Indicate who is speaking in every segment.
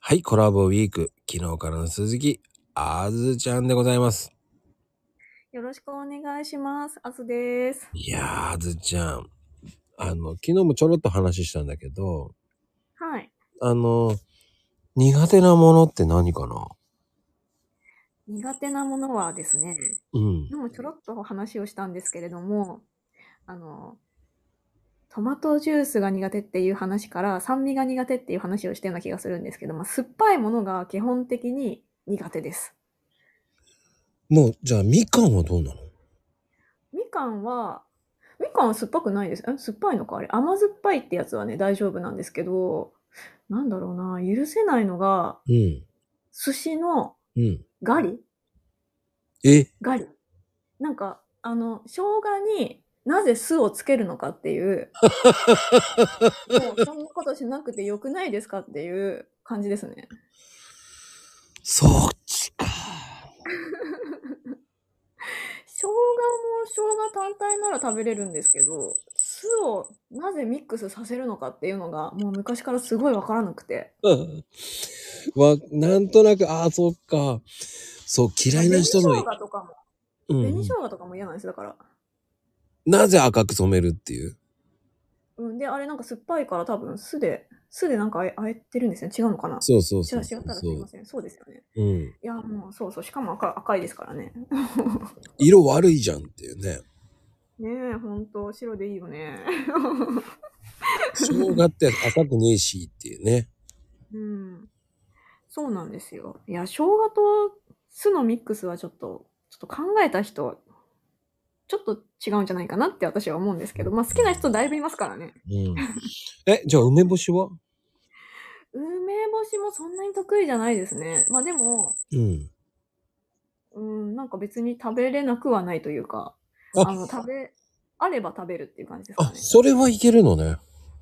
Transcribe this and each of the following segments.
Speaker 1: はい、コラボウィーク、昨日からの続き、あずちゃんでございます。
Speaker 2: よろしくお願いします。あずです。
Speaker 1: いやー、あずちゃん。あの、昨日もちょろっと話したんだけど、
Speaker 2: はい。
Speaker 1: あの、苦手なものって何かな
Speaker 2: 苦手なものはですね、
Speaker 1: うん。
Speaker 2: でもちょろっとお話をしたんですけれども、あの、トマトジュースが苦手っていう話から酸味が苦手っていう話をしたような気がするんですけど、まあ、酸っぱいものが基本的に苦手です。
Speaker 1: もう、じゃあ、みかんはどうなの
Speaker 2: みかんは、みかんは酸っぱくないです。え酸っぱいのかあれ。甘酸っぱいってやつはね、大丈夫なんですけど、なんだろうな、許せないのが、
Speaker 1: うん、
Speaker 2: 寿司の
Speaker 1: うん。
Speaker 2: ガリ
Speaker 1: え
Speaker 2: ガリ。なんか、あの、生姜になぜ酢をつけるのかっていう、 もうそんなことしなくてよくないですかっていう感じですね。
Speaker 1: そっちか。
Speaker 2: 生姜も生姜単体なら食べれるんですけど、酢をなぜミックスさせるのかっていうのが、もう昔からすごいわからなくて。
Speaker 1: うん わ、なんとなく、ああ、そっか。そう、
Speaker 2: あ
Speaker 1: 嫌い
Speaker 2: 紅
Speaker 1: な
Speaker 2: 生
Speaker 1: 人の、
Speaker 2: 姜とか
Speaker 1: う
Speaker 2: も、
Speaker 1: んう
Speaker 2: 紅生
Speaker 1: ん。
Speaker 2: 姜とかも嫌なんですよ、だから。
Speaker 1: なぜ赤く染めるっていう。
Speaker 2: うん、で、あれなんか酸っぱいから多分酢で、酢でなんかあえあえてるんですね。違うのかな
Speaker 1: そうそう
Speaker 2: 違う、
Speaker 1: そう
Speaker 2: 違
Speaker 1: そ
Speaker 2: っ
Speaker 1: う
Speaker 2: たらすい
Speaker 1: そ
Speaker 2: ません。そうですよね。
Speaker 1: う。うん。
Speaker 2: いや、もう、そうそう。しかも赤赤いですからね。
Speaker 1: 色悪いじゃんっていうね。
Speaker 2: ねえ、ほんと、白でいいよね。
Speaker 1: 生姜って赤くねえしっていうね。
Speaker 2: うん。そうなんですよ。いや、生姜と酢のミックスはちょっと、ちょっと考えた人、ちょっと違うんじゃないかなって私は思うんですけど、まあ好きな人だいぶいますからね。
Speaker 1: うん。 え、じゃあ梅干しは
Speaker 2: 梅干しもそんなに得意じゃないですね。まあでも、
Speaker 1: うん。
Speaker 2: うん、なんか別に食べれなくはないというか、
Speaker 1: あ、
Speaker 2: あの、食べ、あれば食べるっていう感じです
Speaker 1: あ、
Speaker 2: かね。
Speaker 1: それはいけるのね。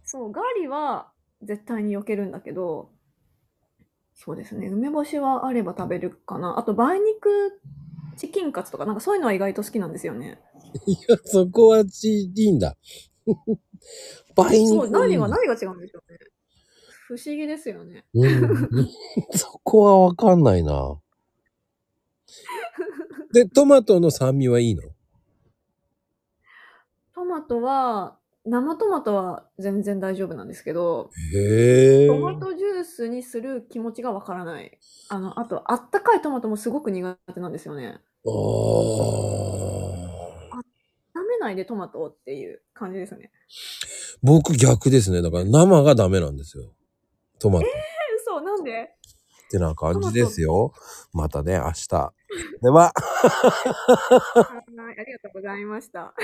Speaker 2: そう、ガリは絶対に避けるんだけど、そうですね、梅干しはあれば食べるかな。あと、梅肉チキンカツとか、なんかそういうのは意外と好きなんですよね。
Speaker 1: いや、 そこはち、いいん だ。梅
Speaker 2: そう、
Speaker 1: 肉い
Speaker 2: 何
Speaker 1: い
Speaker 2: が、
Speaker 1: んだ。
Speaker 2: 何が違うんでしょうね。不思議ですよね。
Speaker 1: うん。 そこはわかんない な。で、トマトの酸味はいいの
Speaker 2: トマトは、生トマトは全然大丈夫なんですけど、
Speaker 1: へ
Speaker 2: トマ
Speaker 1: え。
Speaker 2: トジュースにする気持ちがわからない。あの、あと、あったかいトマトもすごく苦手なんですよね。
Speaker 1: ああ。
Speaker 2: あ温めないでトマトをっていう感じですね。
Speaker 1: 僕逆ですね。だから生がダメなんですよ。トマト。
Speaker 2: え、嘘、な んで
Speaker 1: ってな感
Speaker 2: トマ
Speaker 1: じで
Speaker 2: ト、
Speaker 1: すよ。またね、明日。では。
Speaker 2: はい、ありがとうございました。